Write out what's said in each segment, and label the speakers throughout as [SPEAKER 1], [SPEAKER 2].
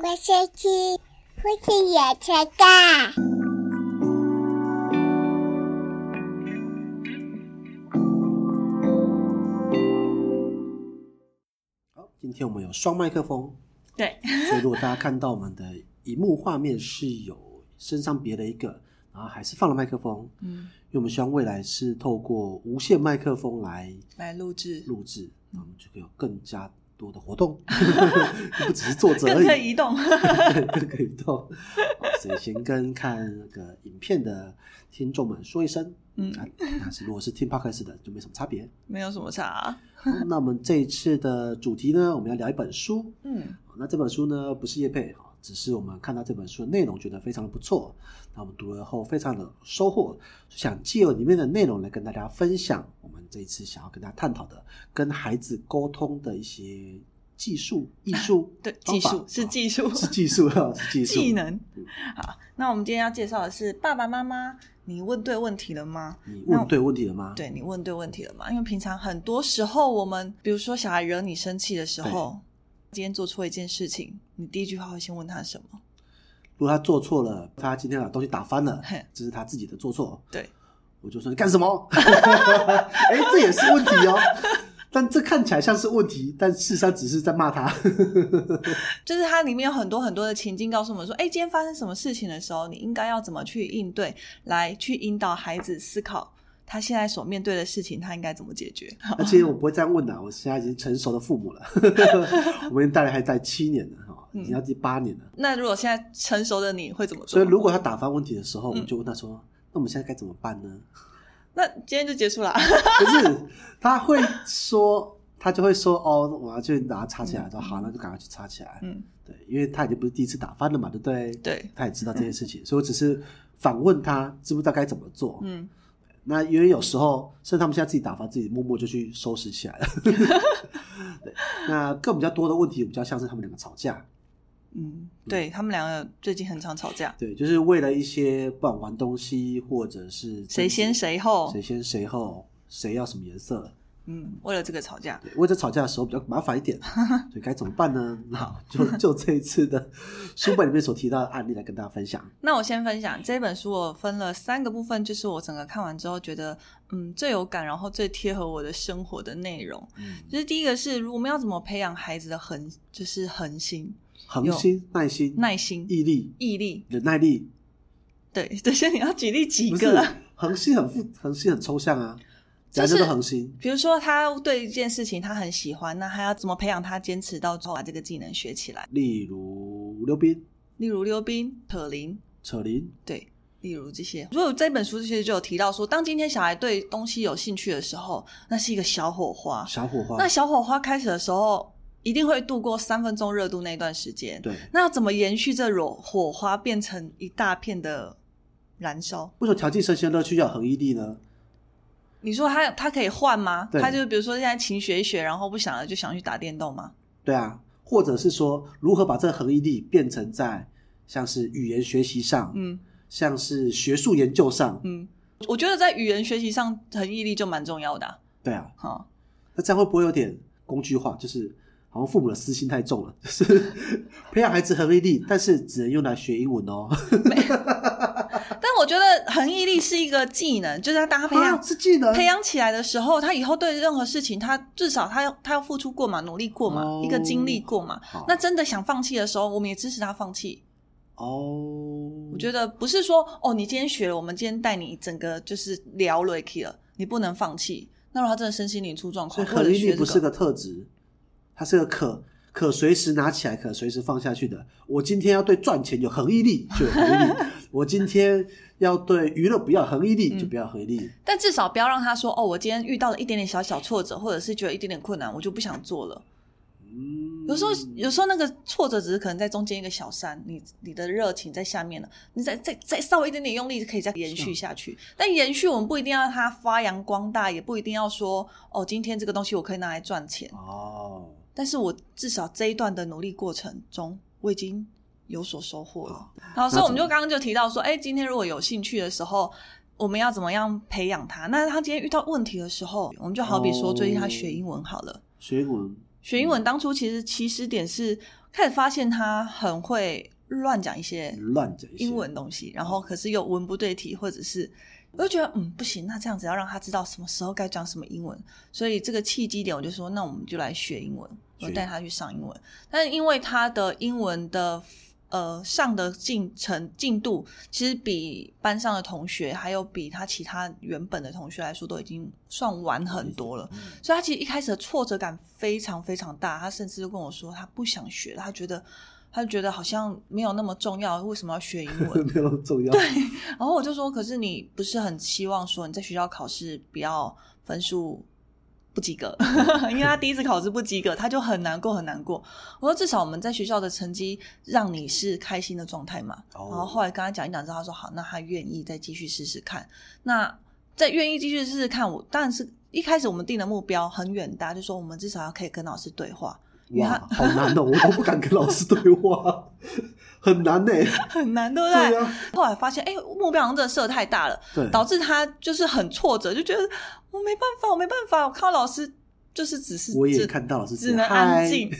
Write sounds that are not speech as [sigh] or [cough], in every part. [SPEAKER 1] 我先去，父亲也才干。
[SPEAKER 2] 好，今天我们有双麦克
[SPEAKER 3] [laughs]
[SPEAKER 2] 风，
[SPEAKER 3] 对，
[SPEAKER 2] 所以如果大家看到我们的荧幕画面是有身上别了一个，然后还是放了麦克风，
[SPEAKER 3] 嗯，
[SPEAKER 2] 因为我们希望未来是透过无线麦克风来
[SPEAKER 3] 来录制，
[SPEAKER 2] 录制，那我们就可以有更加多的活动， [laughs] 不只是坐着而
[SPEAKER 3] 更可以
[SPEAKER 2] 已，
[SPEAKER 3] 移动。
[SPEAKER 2] [laughs] 更可以动。好所以先跟看那个影片的听众们说一声，
[SPEAKER 3] 嗯，
[SPEAKER 2] 啊，但是如果是听 podcast 的就没什么差别。
[SPEAKER 3] [laughs] 没有什么差、啊
[SPEAKER 2] 好那我们这一次的主题呢，我们要聊一本书。
[SPEAKER 3] 嗯，、
[SPEAKER 2] 好那这本书呢不是叶配啊，只是我们看到这本书的内容觉得非常的不错，那我们读了后非常的收获，想借由里面的内容来跟大家分享我们这一次想要跟大家探讨的跟孩子沟通的一些技术、艺术
[SPEAKER 3] 啊对，技
[SPEAKER 2] 方法
[SPEAKER 3] 术是
[SPEAKER 2] 啊
[SPEAKER 3] 技术，
[SPEAKER 2] 是技术啊，是技术
[SPEAKER 3] 技。能。好，那我们今天要介绍的是爸爸妈妈，你问对问题了吗？
[SPEAKER 2] 你
[SPEAKER 3] 那
[SPEAKER 2] 问对问题了吗？
[SPEAKER 3] 对你问对问题了吗？因为平常很多时候，我们比如说小孩惹你生气的时候，今天做错一件事情，你第一句话会先问他什么？
[SPEAKER 2] 如果他做错了，他今天把东西打翻了
[SPEAKER 3] 嘿，
[SPEAKER 2] 这是他自己的做错。
[SPEAKER 3] 对，
[SPEAKER 2] 我就说你干什么？ [laughs] 哎、这也是问题哦。但这看起来像是问题，但事实上只是在骂他。
[SPEAKER 3] 就是它里面有很多很多的情境告诉我们说，哎，今天发生什么事情的时候，你应该要怎么去应对，来去引导孩子思考他现在所面对的事情，他应该怎么解决。 [laughs]
[SPEAKER 2] [laughs] 那其实我不会这样问的，我现在已经成熟的父母了， [laughs] 我们带了还带七年了哈，
[SPEAKER 3] 嗯
[SPEAKER 2] 已经要第八年了。
[SPEAKER 3] 那如果现在成熟的你会怎么做？
[SPEAKER 2] 所以如果他打翻问题的时候，
[SPEAKER 3] 嗯
[SPEAKER 2] 我就问他说：“那我们现在该怎么办呢 [laughs]
[SPEAKER 3] 那今天就结束了啊。？”
[SPEAKER 2] 可是他会说，他就会说：“哦，我要去拿它插起来。”说：“好，那就赶快去插起来。
[SPEAKER 3] 嗯，”
[SPEAKER 2] 对，因为他已经不是第一次打翻了嘛，对不对？
[SPEAKER 3] 对，
[SPEAKER 2] 他也知道这件事情，所以我只是反问他知不知道该怎么做。
[SPEAKER 3] 嗯，
[SPEAKER 2] 那因为有时候，甚至他们现在自己打发自己，默默就去收拾起来了。 [laughs] 对，那更比较多的问题，比较像是他们两个吵架，
[SPEAKER 3] 嗯，对他们两个最近很常吵架，
[SPEAKER 2] 对，就是为了一些不管玩东西，或者是
[SPEAKER 3] 谁先谁后
[SPEAKER 2] 谁，先谁后，谁要什么颜色，
[SPEAKER 3] 嗯，为了这个吵架。
[SPEAKER 2] 对，为这吵架的时候比较麻烦一点， [laughs] 所以该怎么办呢？那就 [laughs] 就这一次的书本里面所提到的案例来跟大家分享。
[SPEAKER 3] 那我先分享这本书，我分了三个部分，就是我整个看完之后觉得，嗯，最有感，然后最贴合我的生活的内容。
[SPEAKER 2] 嗯，
[SPEAKER 3] 就是第一个是，我们要怎么培养孩子的恒，就是恒心、
[SPEAKER 2] 恒心、耐心、
[SPEAKER 3] 耐心、
[SPEAKER 2] 嗯毅力、
[SPEAKER 3] 毅力。
[SPEAKER 2] 忍耐力，
[SPEAKER 3] 对， [laughs] 这些你要举例几
[SPEAKER 2] 不是
[SPEAKER 3] 个啊？
[SPEAKER 2] 恒心很复，恒心很抽象啊，
[SPEAKER 3] 就
[SPEAKER 2] 人
[SPEAKER 3] 是
[SPEAKER 2] 家都恒心。
[SPEAKER 3] 比如说，他对一件事情他很喜欢，那他要怎么培养他坚持到最后把这个技能学起来？
[SPEAKER 2] 例如溜冰、
[SPEAKER 3] 例如溜冰、扯铃，
[SPEAKER 2] 扯铃，
[SPEAKER 3] 对，例如这些。如果这本书其实就有提到说，当今天小孩对东西有兴趣的时候，那是一个小火花。
[SPEAKER 2] 小火花
[SPEAKER 3] 哦那。小火花开始的时候，一定会度过三分钟热度那段时间。
[SPEAKER 2] 对，
[SPEAKER 3] 那要怎么延续这火火花变成一大片的燃烧？
[SPEAKER 2] 为什么调剂身心的乐趣要有恒毅力呢？
[SPEAKER 3] 你说他他可以换吗？
[SPEAKER 2] 对
[SPEAKER 3] 他就比如说现在勤学一学，然后不想了就想去打电动吗？
[SPEAKER 2] 对啊，或者是说如何把这个恒毅力变成在像是语言学习上，
[SPEAKER 3] 嗯
[SPEAKER 2] 像是学术研究上，
[SPEAKER 3] 嗯，我觉得在语言学习上，恒毅力就蛮重要的啊、
[SPEAKER 2] 对啊，
[SPEAKER 3] 哈、
[SPEAKER 2] 那这样会不会有点工具化？就是好像父母的私心太重了，就是 [laughs] 培养孩子恒毅力，但是只能用来学英文哦。
[SPEAKER 3] 但我觉得恒毅力是一个技能，就是要搭培养、
[SPEAKER 2] [laughs] 啊，是技能，
[SPEAKER 3] 培养起来的时候，他以后对任何事情，他至少他要他要付出过嘛，努力过嘛，
[SPEAKER 2] 哦
[SPEAKER 3] 一个经历过嘛。
[SPEAKER 2] 好
[SPEAKER 3] 那真的想放弃的时候，我们也支持他放弃。
[SPEAKER 2] 哦，
[SPEAKER 3] 我觉得不是说哦，你今天学了，我们今天带你整个就是聊了 k 了，你不能放弃。那如果他真的身心灵出状
[SPEAKER 2] 所以，
[SPEAKER 3] 况为
[SPEAKER 2] 恒
[SPEAKER 3] 了
[SPEAKER 2] 毅力
[SPEAKER 3] 学
[SPEAKER 2] 不
[SPEAKER 3] 这
[SPEAKER 2] 是个特质，它是个可可随时拿起来、可随时放下去的。我今天要对赚钱有恒毅力，就有恒毅力； [laughs] 我今天要对娱乐不要恒毅力，就不要恒毅力。
[SPEAKER 3] 但至少不要让他说哦，我今天遇到了一点点小小挫折，或者是觉得一点点困难，我就不想做了。
[SPEAKER 2] 嗯，
[SPEAKER 3] 有时候，有时候那个挫折只是可能在中间一个小山，你你的热情在下面了，你再再再稍微一点点用力，可以再延续
[SPEAKER 2] 啊
[SPEAKER 3] 下去。但延续我们不一定要它发扬光大，也不一定要说哦，今天这个东西我可以拿来赚钱。
[SPEAKER 2] 哦，
[SPEAKER 3] 但是我至少这一段的努力过程中，我已经有所收获了。
[SPEAKER 2] 好，
[SPEAKER 3] 好，所以我们
[SPEAKER 2] 那怎么
[SPEAKER 3] 就刚刚就提到说，哎，今天如果有兴趣的时候，我们要怎么样培养他？那他今天遇到问题的时候，我们
[SPEAKER 2] 哦
[SPEAKER 3] 就好比说，最近他学英文好了。
[SPEAKER 2] 学英文
[SPEAKER 3] 学英文当初其实起始点是开始发现他很会乱讲一些
[SPEAKER 2] 乱讲一些嗯
[SPEAKER 3] 英文东西，然后可是又文不对题，或者是我就觉得嗯不行，那这样子要让他知道什么时候该讲什么英文，所以这个契机点我就说，那我们就来学英文，
[SPEAKER 2] 学
[SPEAKER 3] 我带他去上英文。但是因为他的英文的呃上的进程进度，其实比班上的同学还有比他其他原本的同学来说，都已经算晚很多了。
[SPEAKER 2] 嗯
[SPEAKER 3] 所以他其实一开始的挫折感非常非常大，他甚至就跟我说他不想学了，他觉得他觉得好像没有那么重要，为什么要学英文？
[SPEAKER 2] [laughs] 没有那么重要。对，
[SPEAKER 3] 然后我就说，可是你不是很期望说你在学校考试不要分数不及格， [laughs] 因为他第一次考试不及格，他就很难过很难过。我说至少我们在学校的成绩让你是开心的状态嘛。
[SPEAKER 2] 哦
[SPEAKER 3] 然后后来跟他讲一讲之后，他说好，那他愿意再继续试试看。那再愿意继续试试看，我当然是一开始我们定的目标很远大，就说我们至少要可以跟老师对话，因为
[SPEAKER 2] 哇
[SPEAKER 3] 他，
[SPEAKER 2] 好难哦，我都不敢跟老师对话，很难呢。
[SPEAKER 3] 很难， [laughs] 对不对？
[SPEAKER 2] 对啊呀，
[SPEAKER 3] 后来发现，哎、目标好像真的设太大了。
[SPEAKER 2] 对，
[SPEAKER 3] 导致他就是很挫折，就觉得我没办法，我没办法，我看到老师就是只是
[SPEAKER 2] 我也
[SPEAKER 3] 只
[SPEAKER 2] 看到老师
[SPEAKER 3] 只能
[SPEAKER 2] [laughs]
[SPEAKER 3] 安静，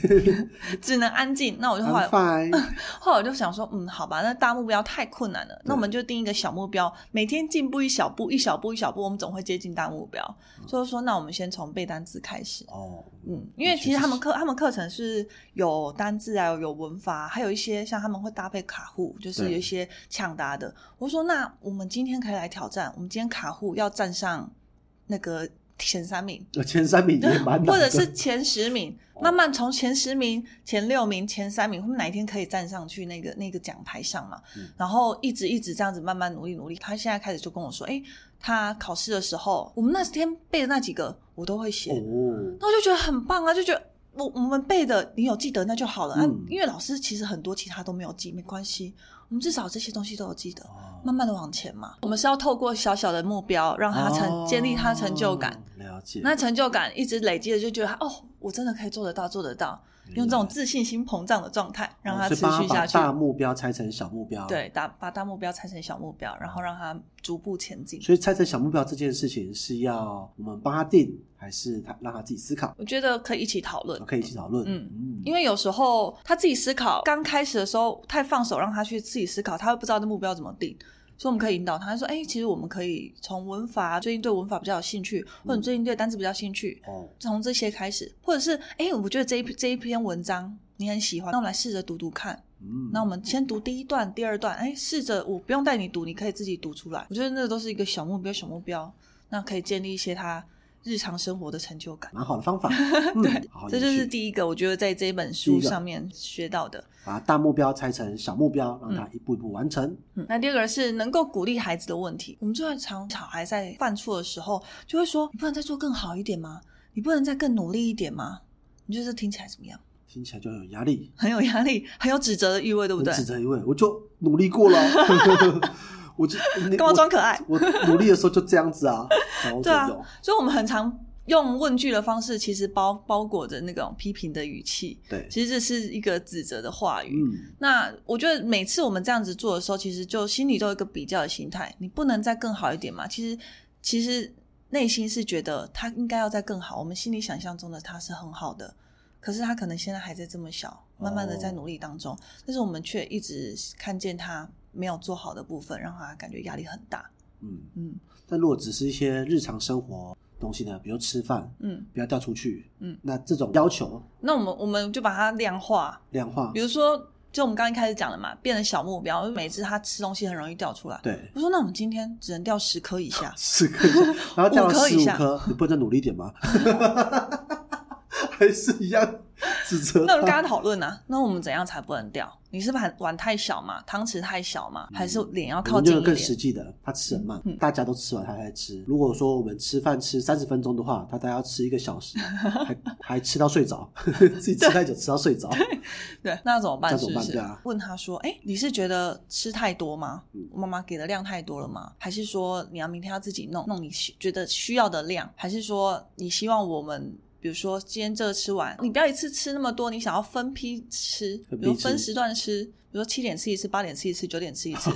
[SPEAKER 3] 只能安静。那我就后来
[SPEAKER 2] 很烦。
[SPEAKER 3] [laughs] 后来我就想说，嗯，好吧，那大目标太困难了，那我们就定一个小目标，每天进步一小步，一小步一小步，我们总会接近大目标。所以说，那我们先从背单词开始。
[SPEAKER 2] 哦，
[SPEAKER 3] 嗯，因为
[SPEAKER 2] 的确
[SPEAKER 3] 其实他们
[SPEAKER 2] 是
[SPEAKER 3] 课他们课程是有单字啊，有文法，还有一些像他们会搭配卡户，就是
[SPEAKER 2] 对
[SPEAKER 3] 有一些抢答的。我说，那我们今天可以来挑战，我们今天卡户要站上那个前三名，
[SPEAKER 2] 呃前三名也蛮难的，
[SPEAKER 3] 或者是前十名，
[SPEAKER 2] 哦
[SPEAKER 3] 慢慢从前十名、前六名、前三名，我们哪一天可以站上去那个那个奖牌上嘛？
[SPEAKER 2] 嗯
[SPEAKER 3] 然后一直一直这样子慢慢努力努力。他现在开始就跟我说，诶，他考试的时候，我们那天背的那几个我都会写。
[SPEAKER 2] 哦，
[SPEAKER 3] 那我就觉得很棒啊，就觉得我我们背的你有记得那就好了、啊
[SPEAKER 2] 嗯，
[SPEAKER 3] 因为老师其实很多其他都没有记，没关系，我们至少这些东西都有记得，慢
[SPEAKER 2] 慢
[SPEAKER 3] 慢的往前嘛。我们是要透过小小的目标，让他成、建立他成就感。，
[SPEAKER 2] 哦了解。
[SPEAKER 3] 那成就感一直累积的，就觉得他哦，我真的可以做得到，做得到，用这种自信心膨胀的状态，让他
[SPEAKER 2] 哦所
[SPEAKER 3] 持
[SPEAKER 2] 以帮
[SPEAKER 3] 续下
[SPEAKER 2] 把
[SPEAKER 3] 去。
[SPEAKER 2] 大目标拆成小目标，。
[SPEAKER 3] 对，打把大目标拆成小目标，然后让他逐步前进。
[SPEAKER 2] 所以拆成小目标这件事情是要我们帮他定，还是他让他自己思考？
[SPEAKER 3] 我觉得可以一起讨论
[SPEAKER 2] 我。可以一起讨论。
[SPEAKER 3] 嗯
[SPEAKER 2] 嗯
[SPEAKER 3] 因
[SPEAKER 2] 为
[SPEAKER 3] 为有时候他自己思考，刚开始的时候太放手让他去自己思考，他会不知道这目标怎么定。所以我们可以引导他他说：“哎、其实我们可以从文法，最近对文法比较有兴趣，或
[SPEAKER 2] 嗯
[SPEAKER 3] 者你最近对单字比较兴趣，
[SPEAKER 2] 哦，
[SPEAKER 3] 从这些开始，或者是哎、我觉得这一这一篇文章你很喜欢，那我们来试着读读看。
[SPEAKER 2] 嗯，
[SPEAKER 3] 那我们先读第一段、第二段，哎、试着我不用带你读，你可以自己读出来。我觉得那都是一个小目标，小目标，那可以建立一些他日常生活的成就感。” [laughs]
[SPEAKER 2] 蛮好的方法。对，嗯好，
[SPEAKER 3] 这
[SPEAKER 2] 有
[SPEAKER 3] 就是
[SPEAKER 2] 趣
[SPEAKER 3] 第一个，我觉得在这一本
[SPEAKER 2] 第
[SPEAKER 3] 书
[SPEAKER 2] 一个
[SPEAKER 3] 上面学到的。
[SPEAKER 2] 把大目标拆成小目标，让他一步一步完成。
[SPEAKER 3] 嗯，那第二个是能够鼓励孩子的问题。我们就很常小孩在犯错的时候，就会说：“你不能再做更好一点吗？你不能再更努力一点吗？”你觉得这听起来怎么样？
[SPEAKER 2] 听起来就很有压力，
[SPEAKER 3] 很有压力，很有指责的意味，对不
[SPEAKER 2] 很
[SPEAKER 3] 对？
[SPEAKER 2] 指责一位，我就努力
[SPEAKER 3] [laughs]
[SPEAKER 2] 过了， [laughs] 我就你
[SPEAKER 3] 干嘛装可爱？
[SPEAKER 2] 我我努力的时候就这样子
[SPEAKER 3] [laughs]
[SPEAKER 2] 啊，然后就
[SPEAKER 3] 对啊
[SPEAKER 2] 有，
[SPEAKER 3] 所以我们很常用问句的方式，其实包包裹着那种批评的语气，
[SPEAKER 2] 对，
[SPEAKER 3] 其实这是一个指责的话语。
[SPEAKER 2] 嗯，
[SPEAKER 3] 那我觉得每次我们这样子做的时候，其实就心里都有一个比较的心态，你不能再更好一点嘛？其实，其实内心是觉得他应该要再更好，我们心里想象中的他是很好的，可是他可能现在还在这么小，慢慢的在努力当中，但是我们却一直看见他没有做好的部分，让他感觉压力很大。
[SPEAKER 2] 嗯，
[SPEAKER 3] 嗯
[SPEAKER 2] 但如果只是一些日常生活东西呢，比如吃饭，
[SPEAKER 3] 嗯，
[SPEAKER 2] 不要掉出去，
[SPEAKER 3] 嗯，
[SPEAKER 2] 那这种要求
[SPEAKER 3] 那我们我们就把它量化，
[SPEAKER 2] 量化
[SPEAKER 3] 比，如说，就我们刚刚一开始讲的嘛，变成小目标，因为每次他吃东西很容易掉出来。
[SPEAKER 2] 对，。
[SPEAKER 3] 我说，那我们今天只能掉十颗以下
[SPEAKER 2] 十颗以
[SPEAKER 3] [laughs]
[SPEAKER 2] 下，然后掉
[SPEAKER 3] 五
[SPEAKER 2] 到
[SPEAKER 3] 颗
[SPEAKER 2] 十
[SPEAKER 3] 以
[SPEAKER 2] 五
[SPEAKER 3] 下
[SPEAKER 2] 颗，你不能再努力一点吗？ [laughs] 还是一样指责
[SPEAKER 3] 那我就跟
[SPEAKER 2] 他，
[SPEAKER 3] 他讨论啊，那我们怎样才不能掉？你是碗碗太小嘛，汤匙太小嘛，还是脸要
[SPEAKER 2] 我
[SPEAKER 3] 靠
[SPEAKER 2] 们就
[SPEAKER 3] 近
[SPEAKER 2] 有
[SPEAKER 3] 一
[SPEAKER 2] 更实
[SPEAKER 3] 点？
[SPEAKER 2] 际的，他吃很慢，
[SPEAKER 3] 嗯
[SPEAKER 2] 大家都吃完他才吃。如果说我们吃饭吃三十分钟的话，他大概要吃一个小时，
[SPEAKER 3] [laughs]
[SPEAKER 2] 还还吃到睡着，自己吃太久吃到睡着。
[SPEAKER 3] 对，那怎么办？
[SPEAKER 2] 那
[SPEAKER 3] 是
[SPEAKER 2] 怎么
[SPEAKER 3] 不
[SPEAKER 2] 办
[SPEAKER 3] 是
[SPEAKER 2] 对啊？
[SPEAKER 3] 问他说：“哎，你是觉得吃太多吗
[SPEAKER 2] 嗯？
[SPEAKER 3] 妈妈给的量太多了吗？还是说你要明天要自己弄弄你需觉得需要的量？还是说你希望我们？”比如说，今天这个吃完，你不要一次吃那么多，你想要分批吃，
[SPEAKER 2] 分批
[SPEAKER 3] 比如分
[SPEAKER 2] 吃
[SPEAKER 3] 时段吃，比如说七点吃一次，八点吃一次，九点吃一
[SPEAKER 2] [laughs]
[SPEAKER 3] 次，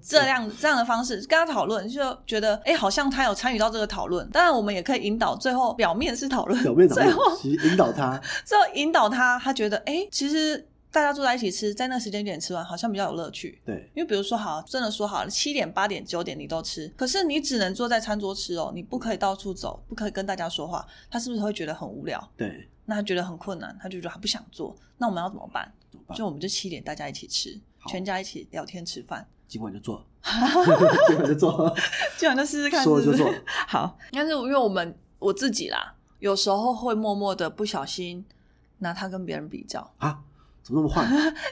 [SPEAKER 3] 这样这样的方式跟他讨论，就觉得哎、诶好像他有参与到这个讨论。当然，我们也可以引导，最后表面是讨论，
[SPEAKER 2] [laughs] 表面怎么
[SPEAKER 3] 最后
[SPEAKER 2] 样？其实引导他，
[SPEAKER 3] 最后引导他，他觉得哎、诶其实大家坐在一起吃，在那个时间点吃完，好像比较有乐趣。
[SPEAKER 2] 对，
[SPEAKER 3] 因为比如说好，真的说好了，七点、八点、九点你都吃，可是你只能坐在餐桌吃哦，你不可以到处走，不可以跟大家说话，他是不是会觉得很无聊？
[SPEAKER 2] 对，
[SPEAKER 3] 那他觉得很困难，他就觉得他不想做，那我们要怎么办？
[SPEAKER 2] 怎么办
[SPEAKER 3] 就？我们就七点大家一起吃，
[SPEAKER 2] 好
[SPEAKER 3] 全家一起聊天吃饭，
[SPEAKER 2] 今晚就
[SPEAKER 3] [laughs]
[SPEAKER 2] 做，今晚就做，
[SPEAKER 3] 今晚就试试看是
[SPEAKER 2] 说
[SPEAKER 3] 不，
[SPEAKER 2] 就是做。
[SPEAKER 3] [laughs] 好，但是因为我们我自己啦，有时候会默默的不小心拿他跟别人比较，
[SPEAKER 2] 啊，怎么那么坏？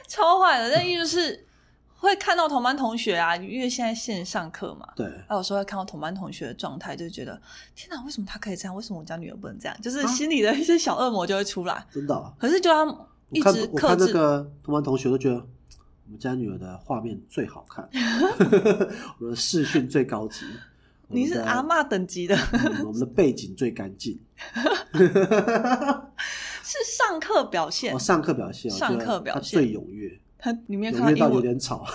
[SPEAKER 3] 超坏的。但意思就是会看到同班同学啊，因为现在线上课嘛，
[SPEAKER 2] 对，
[SPEAKER 3] 啊，有时候会看到同班同学的状态，就觉得天哪，为什么他可以这样？为什么我家女儿不能这样？就是
[SPEAKER 2] 啊
[SPEAKER 3] 心里的一些小恶魔就会出来。
[SPEAKER 2] 真的哦。
[SPEAKER 3] 可是就他
[SPEAKER 2] 我
[SPEAKER 3] 一
[SPEAKER 2] 看
[SPEAKER 3] 直
[SPEAKER 2] 我
[SPEAKER 3] 克
[SPEAKER 2] 看那
[SPEAKER 3] 制，
[SPEAKER 2] 个同班同学都觉得。我们家女儿的画面最好
[SPEAKER 3] [laughs]
[SPEAKER 2] 看，我们的视讯最高级，我们
[SPEAKER 3] 你是
[SPEAKER 2] 的
[SPEAKER 3] 阿嬷等级的，
[SPEAKER 2] 嗯我们的背景最干
[SPEAKER 3] [laughs]
[SPEAKER 2] 净。
[SPEAKER 3] 是上课表现
[SPEAKER 2] 我。哦上课表现，我觉
[SPEAKER 3] 上
[SPEAKER 2] 得
[SPEAKER 3] 课表
[SPEAKER 2] 他
[SPEAKER 3] 现
[SPEAKER 2] 最踊跃，
[SPEAKER 3] 他你没有看
[SPEAKER 2] 踊跃到
[SPEAKER 3] 到
[SPEAKER 2] 有
[SPEAKER 3] 英文，
[SPEAKER 2] 点
[SPEAKER 3] [laughs]
[SPEAKER 2] 吵。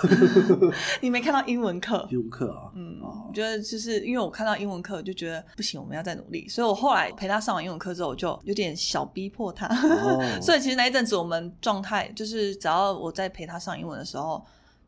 [SPEAKER 3] 你没看到英文课。
[SPEAKER 2] 英文课啊，
[SPEAKER 3] 嗯，
[SPEAKER 2] 哦
[SPEAKER 3] 我觉得就是因为我看到英文课，我就觉得不行，我们要再努力。所以我后来陪他上完英文课之后，我就有点小逼迫他。
[SPEAKER 2] 哦
[SPEAKER 3] 嗯所以其实那一阵子我们状态就是，只要我在陪他上英文的时候，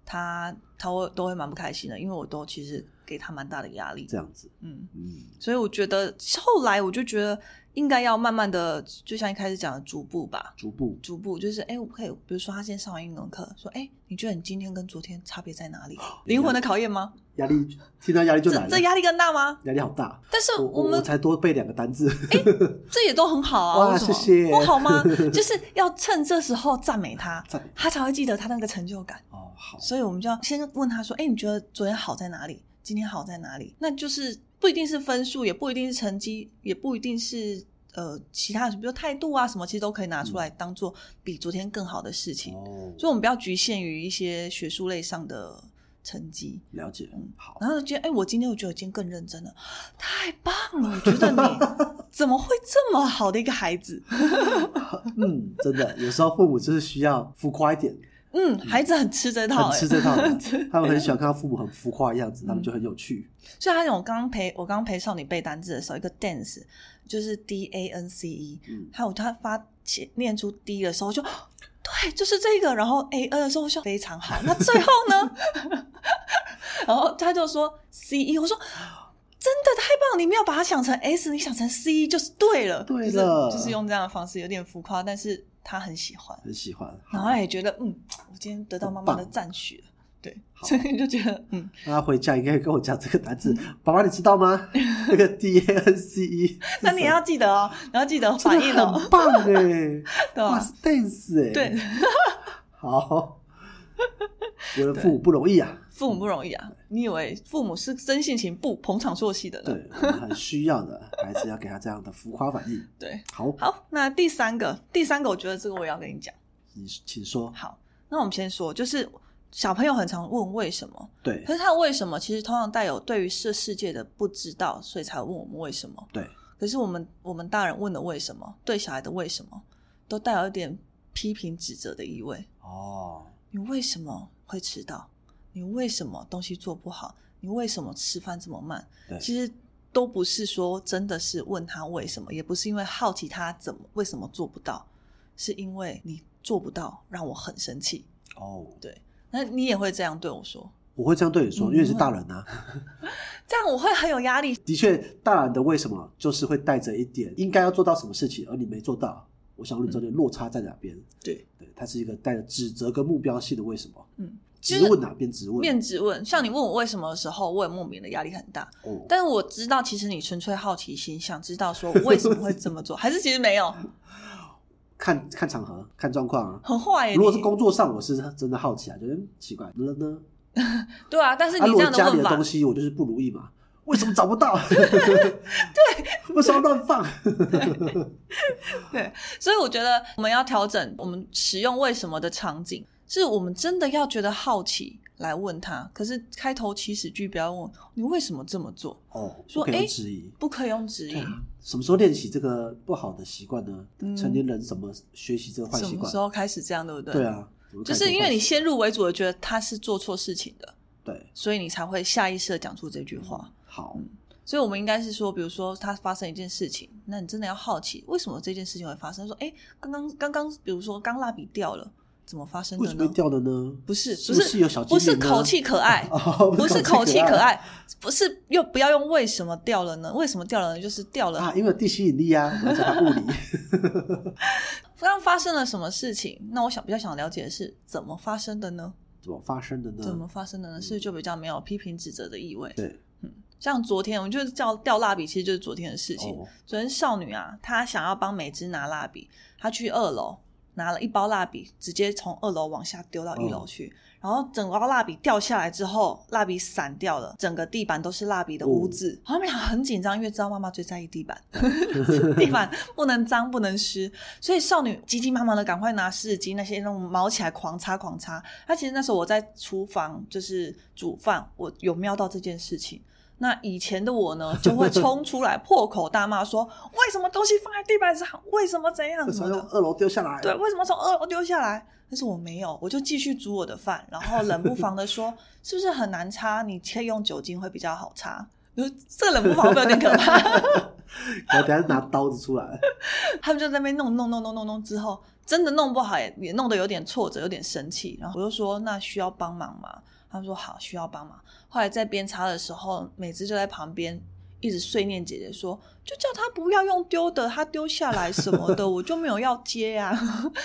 [SPEAKER 3] 他他会都会蛮不开心的，因为我都其实给他蛮大的压力
[SPEAKER 2] 这。样子，
[SPEAKER 3] 嗯，
[SPEAKER 2] 嗯，
[SPEAKER 3] 所以我觉得后来我就觉得应该要慢慢的，就像一开始讲的逐步吧。
[SPEAKER 2] 逐步
[SPEAKER 3] 逐步就是，哎、我可以，比如说他今天上完英文课，说，哎、你觉得你今天跟昨天差别在哪里？灵魂的考验吗？
[SPEAKER 2] 压力，听到压力就来
[SPEAKER 3] 这
[SPEAKER 2] 了，
[SPEAKER 3] 这压力更大 [laughs] 吗？
[SPEAKER 2] 压力好大。
[SPEAKER 3] 但是
[SPEAKER 2] 我
[SPEAKER 3] 我
[SPEAKER 2] 我
[SPEAKER 3] 们
[SPEAKER 2] 才多背两个单字， [laughs]
[SPEAKER 3] 这也都很好啊，
[SPEAKER 2] 哇
[SPEAKER 3] 为什么 [laughs]
[SPEAKER 2] 谢谢
[SPEAKER 3] 不好吗？就是要趁这时候赞美他，
[SPEAKER 2] 赞
[SPEAKER 3] 他才会记得他那个成就感。
[SPEAKER 2] 哦好，
[SPEAKER 3] 所以我们就要先问他说：“哎、你觉得昨天好在哪里？今天好在哪里？”那就是不一定是分数，也不一定是成绩，也不一定是呃其他的，比如态度啊什么，其实都可以拿出来当做比昨天更好的事情。
[SPEAKER 2] 嗯哦，
[SPEAKER 3] 所以我们不要局限于一些学术类上的成绩。
[SPEAKER 2] 了解
[SPEAKER 3] 嗯，
[SPEAKER 2] 好，
[SPEAKER 3] 然后就觉得，哎、我今天我觉得我今天更认真了，太棒了！我觉得你
[SPEAKER 2] [laughs]
[SPEAKER 3] 怎么会这么好的一个孩子？
[SPEAKER 2] 嗯，真的，有时候父母就是需要浮夸一点，
[SPEAKER 3] 嗯，孩子很吃这套、
[SPEAKER 2] 很
[SPEAKER 3] 哎，
[SPEAKER 2] 吃这套
[SPEAKER 3] [laughs]
[SPEAKER 2] 的，他们很喜欢看到父母很浮夸的样子，他们就很有趣。
[SPEAKER 3] 所以他我刚陪我刚陪少女背单字的时候，一个 dance 就是 D A N C E，
[SPEAKER 2] 嗯
[SPEAKER 3] 还有他发写念出 D 的时候我就。 [gasps] 对，就是这个。然后 A N 的时候，我说非常好。那最后呢？ [laughs] 然后他就说 C E，我说真的太棒了！你没有把它想成 S，你想成 C E 就是对了。
[SPEAKER 2] 对
[SPEAKER 3] 就是
[SPEAKER 2] 了
[SPEAKER 3] 就是用这样的方式，有点浮夸，但是他很喜欢。
[SPEAKER 2] 很喜欢，
[SPEAKER 3] 然
[SPEAKER 2] 好
[SPEAKER 3] 后，他也觉得，嗯，我今天得到妈妈的
[SPEAKER 2] 很棒
[SPEAKER 3] 赞许了。对，
[SPEAKER 2] 好
[SPEAKER 3] 所以就觉得，嗯，
[SPEAKER 2] 那他回家应该跟我讲这个单字，爸爸你知道吗？那个 D A N C E，
[SPEAKER 3] [laughs] 那你也要记
[SPEAKER 2] [laughs]
[SPEAKER 3] 得哦，你要记得
[SPEAKER 2] 真
[SPEAKER 3] 反应
[SPEAKER 2] 的
[SPEAKER 3] 哦。
[SPEAKER 2] 很棒哎，
[SPEAKER 3] [laughs] 对
[SPEAKER 2] 哇
[SPEAKER 3] 啊
[SPEAKER 2] 是 dance 哎，
[SPEAKER 3] 对，，
[SPEAKER 2] 好，我的父母不容易啊，
[SPEAKER 3] 父母不容易啊！你以为父母是真性情不捧场做戏的呢？
[SPEAKER 2] 对，我们很需要的，孩子要给他这样的浮夸反应。
[SPEAKER 3] 对。
[SPEAKER 2] 好，
[SPEAKER 3] 好，那第三个，第三个，我觉得这个我也要跟你讲。
[SPEAKER 2] 你请说。
[SPEAKER 3] 好，那我们先说，就是小朋友很常问为什么，
[SPEAKER 2] 对
[SPEAKER 3] 可是他的为什么其实通常带有对于这世界的不知道，所以才问我们为什么。
[SPEAKER 2] 对，
[SPEAKER 3] 可是我们我们大人问的为什么，对小孩的为什么，都带有一点批评指责的意味。
[SPEAKER 2] 哦，
[SPEAKER 3] 你为什么会迟到？你为什么东西做不好？你为什么吃饭这么慢
[SPEAKER 2] 对？
[SPEAKER 3] 其实都不是说真的是问他为什么，也不是因为好奇他怎么为什么做不到，是因为你做不到让我很生气。
[SPEAKER 2] 哦，
[SPEAKER 3] 那你也会这样对我说，
[SPEAKER 2] 我会这样对你说，
[SPEAKER 3] 嗯
[SPEAKER 2] 因为你是大人啊。
[SPEAKER 3] 这样我会很有压力。
[SPEAKER 2] 的确，大人的为什么就是会带着一点应该要做到什么事情，而你没做到。我想问你这点落差在哪边？
[SPEAKER 3] 对，
[SPEAKER 2] 对，它是一个带着指责跟目标性的为什么？
[SPEAKER 3] 嗯，
[SPEAKER 2] 质问哪边质问？
[SPEAKER 3] 面质问，像你问我为什么的时候，我也莫名的压力很大。
[SPEAKER 2] 哦，
[SPEAKER 3] 但是我知道，其实你纯粹好奇心，想知道说我为什么会这么做， [laughs] 还是其实没有，
[SPEAKER 2] 看看场合，看状况啊。
[SPEAKER 3] 很坏耶、
[SPEAKER 2] 如果是
[SPEAKER 3] 你
[SPEAKER 2] 工作上，我是真的好奇啊，觉得嗯奇怪，怎么了呢？
[SPEAKER 3] 对啊，但是
[SPEAKER 2] 啊，
[SPEAKER 3] 你
[SPEAKER 2] 如
[SPEAKER 3] 这
[SPEAKER 2] 果
[SPEAKER 3] 样
[SPEAKER 2] 家里
[SPEAKER 3] 问
[SPEAKER 2] 的
[SPEAKER 3] 法
[SPEAKER 2] 东，西我就是不如意
[SPEAKER 3] [laughs]
[SPEAKER 2] 嘛，为什么找不到？对， [laughs] 为什么乱放？
[SPEAKER 3] 所以我觉得我们要调整我们使用为什么的场景，是我们真的要觉得好奇来问他。可是开头起始句不要问你为什么这么做，
[SPEAKER 2] 哦，
[SPEAKER 3] 说
[SPEAKER 2] 不可以
[SPEAKER 3] 诶
[SPEAKER 2] 质疑。
[SPEAKER 3] 不可以用质
[SPEAKER 2] 对
[SPEAKER 3] 疑。
[SPEAKER 2] 啊，什么时候练习这个不好的习惯呢？
[SPEAKER 3] 嗯
[SPEAKER 2] 成年人怎么学习这个坏
[SPEAKER 3] 什
[SPEAKER 2] 习
[SPEAKER 3] 么
[SPEAKER 2] 惯
[SPEAKER 3] 时？候开始这样，对不对？
[SPEAKER 2] 对，啊，怎么
[SPEAKER 3] 就
[SPEAKER 2] 看这
[SPEAKER 3] 是
[SPEAKER 2] 个
[SPEAKER 3] 因
[SPEAKER 2] 坏
[SPEAKER 3] 为你
[SPEAKER 2] 习
[SPEAKER 3] 先入为主的觉得他是做错事情的，
[SPEAKER 2] 惯对
[SPEAKER 3] 所以你才会下意识的讲出这句
[SPEAKER 2] 嗯
[SPEAKER 3] 话。
[SPEAKER 2] 好
[SPEAKER 3] 所以我们应该是说，比如说他发生一件事情，那你真的要好奇为什么这件事情会发生。说，哎，刚刚刚刚，比如说刚蜡笔掉了，怎么发生
[SPEAKER 2] 为
[SPEAKER 3] 的
[SPEAKER 2] 什么会
[SPEAKER 3] 呢？
[SPEAKER 2] 掉的呢？
[SPEAKER 3] 不是，
[SPEAKER 2] 是
[SPEAKER 3] 不
[SPEAKER 2] 不是有小
[SPEAKER 3] 不是
[SPEAKER 2] 精灵呢，
[SPEAKER 3] 口气可爱
[SPEAKER 2] [laughs] 哦
[SPEAKER 3] 不是口气可
[SPEAKER 2] 爱
[SPEAKER 3] 爱，不是又不要用为什么掉了呢？为什么掉了呢？就是掉了。
[SPEAKER 2] 啊，因为有地吸引力啊，我们叫它物理。
[SPEAKER 3] [laughs] 刚发生了什么事情？那我想比较想了解的是怎么发生的呢？
[SPEAKER 2] 怎么发生的呢？
[SPEAKER 3] 怎么发生的呢？是不是就比较没有批评指责的意味？
[SPEAKER 2] 对？
[SPEAKER 3] 像昨天，我们就是叫掉蜡笔，其实就是昨天的事情。
[SPEAKER 2] 哦，
[SPEAKER 3] 昨天少女啊，她想要帮美芝拿蜡笔，她去二楼拿了一包蜡笔，直接从二楼往下丢到一楼去，然后整包蜡笔掉下来之后，蜡笔散掉了，整个地板都是蜡笔的污渍。他们俩很紧张，因为知道妈妈最在意地板，地板 [laughs] 不能脏不能湿，所以少女急急忙忙的赶快拿湿纸巾那些那种毛起来狂擦狂擦。她其实那时候我在厨房就是煮饭，我有瞄到这件事情。那以前的我呢，就会冲出 [laughs] 来破口大骂说：“为什么东西放在地板上？为什么怎样
[SPEAKER 2] 为
[SPEAKER 3] 什
[SPEAKER 2] 什
[SPEAKER 3] 么
[SPEAKER 2] 么
[SPEAKER 3] 的
[SPEAKER 2] 用？二楼丢下来？
[SPEAKER 3] 对，为什么从二楼丢下来？”但是我没有，我就继续煮我的饭，然后冷不防的说：“是不是很难擦？你可以用酒精会比较好擦。” [laughs] 就这冷不防会不会有点可怕？
[SPEAKER 2] [laughs] 然后等下拿刀子出来， [laughs]
[SPEAKER 3] 他们就在那边弄弄弄弄弄弄之后，真的弄不好也也弄得有点挫折，有点生气。然后我就说：“那需要帮忙吗？”他们说：“好，需要帮忙。”后来在边擦的时候，美姿就在旁边一直碎念姐姐说：“就叫她不要用丢的，她丢下来什么的，我就没有要接啊。”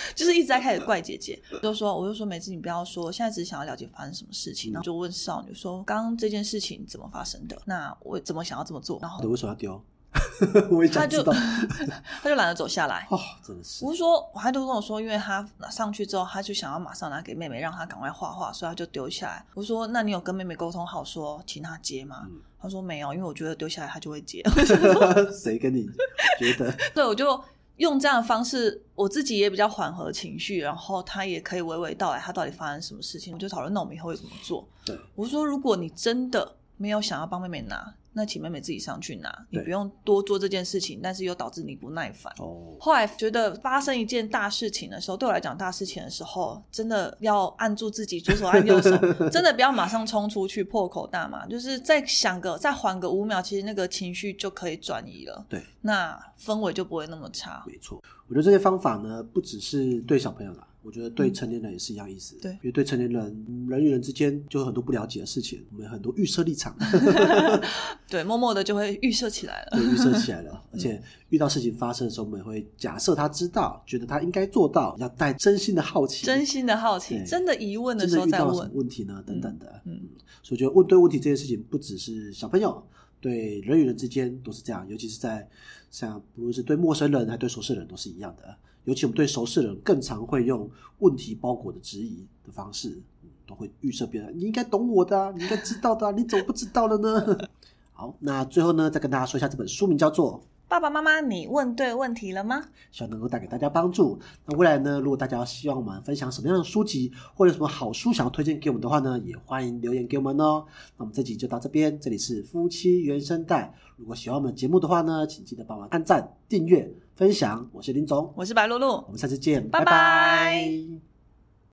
[SPEAKER 3] [laughs] 就是一直在开始怪姐姐，就说我就说美姿你不要说，我现在只是想要了解发生什么事情，然后就问少女说：“刚刚这件事情怎么发生的？那我怎么想要这么做？”然后
[SPEAKER 2] 对，为什么要丢？ [laughs] 我也
[SPEAKER 3] 她
[SPEAKER 2] 想
[SPEAKER 3] 就
[SPEAKER 2] 知道。
[SPEAKER 3] [laughs] 她就懒得走下来。
[SPEAKER 2] 哦，真的是
[SPEAKER 3] 我，是说，我还都跟我说，因为他上去之后，他就想要马上拿给妹妹，让她赶快画画，所以他就丢下来。我说：“那你有跟妹妹沟通好说，请她接吗？”
[SPEAKER 2] 嗯
[SPEAKER 3] 她说：“没有，因为我觉得丢下来她就会接。 [laughs]
[SPEAKER 2] [laughs] 谁跟你觉得？”
[SPEAKER 3] 对，我就用这样的方式，我自己也比较缓和情绪，然后她也可以娓娓道来她到底发生什么事情。我就讨论那我们以后会怎么做。
[SPEAKER 2] 对，
[SPEAKER 3] 我说：“如果你真的没有想要帮妹妹拿，那请妹妹自己上去拿，你
[SPEAKER 2] 对
[SPEAKER 3] 不用多做这件事情，但是又导致你不耐烦。”
[SPEAKER 2] 哦，
[SPEAKER 3] 后来觉得发生一件大事情的时候，对我来讲大事情的时候，真的要按住自己左手按右
[SPEAKER 2] [laughs]
[SPEAKER 3] 手，真的不要马上冲出去破口大骂，就是再想个再缓个五秒，其实那个情绪就可以转移了，
[SPEAKER 2] 对，
[SPEAKER 3] 那氛围就不会那么差。
[SPEAKER 2] 没错。我觉得这些方法呢，不只是对小朋友啦，我觉得对成年人也是一样意思。
[SPEAKER 3] 嗯对
[SPEAKER 2] 因为对成年人，嗯人与人之间就有很多不了解的事情，我们有很多预设立
[SPEAKER 3] [laughs]
[SPEAKER 2] 场。
[SPEAKER 3] 对，默默的就会预设起来了。
[SPEAKER 2] 对，预设起来
[SPEAKER 3] [laughs]
[SPEAKER 2] 了。而且遇到事情发生的时候，我们也会假设他知道，觉得他应该做到，要带真心的好奇，
[SPEAKER 3] 真心的好奇，
[SPEAKER 2] 对
[SPEAKER 3] 真的疑问的
[SPEAKER 2] 真的
[SPEAKER 3] 时候
[SPEAKER 2] 遇
[SPEAKER 3] 再
[SPEAKER 2] 到了什么
[SPEAKER 3] 问。
[SPEAKER 2] 问题呢？等等的。
[SPEAKER 3] 嗯，
[SPEAKER 2] 所以我觉得问对问题这件事情，不只是小朋友，对人与人之间都是这样，尤其是在像不论是对陌生人还是对熟识人都是一样的。尤其我们对熟识人更常会用问题包裹的质疑的方式，嗯都会预设别人，你应该懂我的、啊，你应该知道的、啊，你怎么不知道了呢？ [laughs] 好，那最后呢，再跟大家说一下，这本书名叫做
[SPEAKER 3] 爸爸妈妈，你问对问题了吗？
[SPEAKER 2] 希望能够带给大家帮助。那未来呢，如果大家希望我们分享什么样的书籍，或者有什么好书想要推荐给我们的话呢，也欢迎留言给我们哦。那我们这集就到这边，这里是夫妻原声带。如果喜欢我们的节目的话呢，请记得帮忙按赞、订阅、分享。我是林总，
[SPEAKER 3] 我是白露露
[SPEAKER 2] 我。们下次见，
[SPEAKER 3] 拜拜
[SPEAKER 2] 拜拜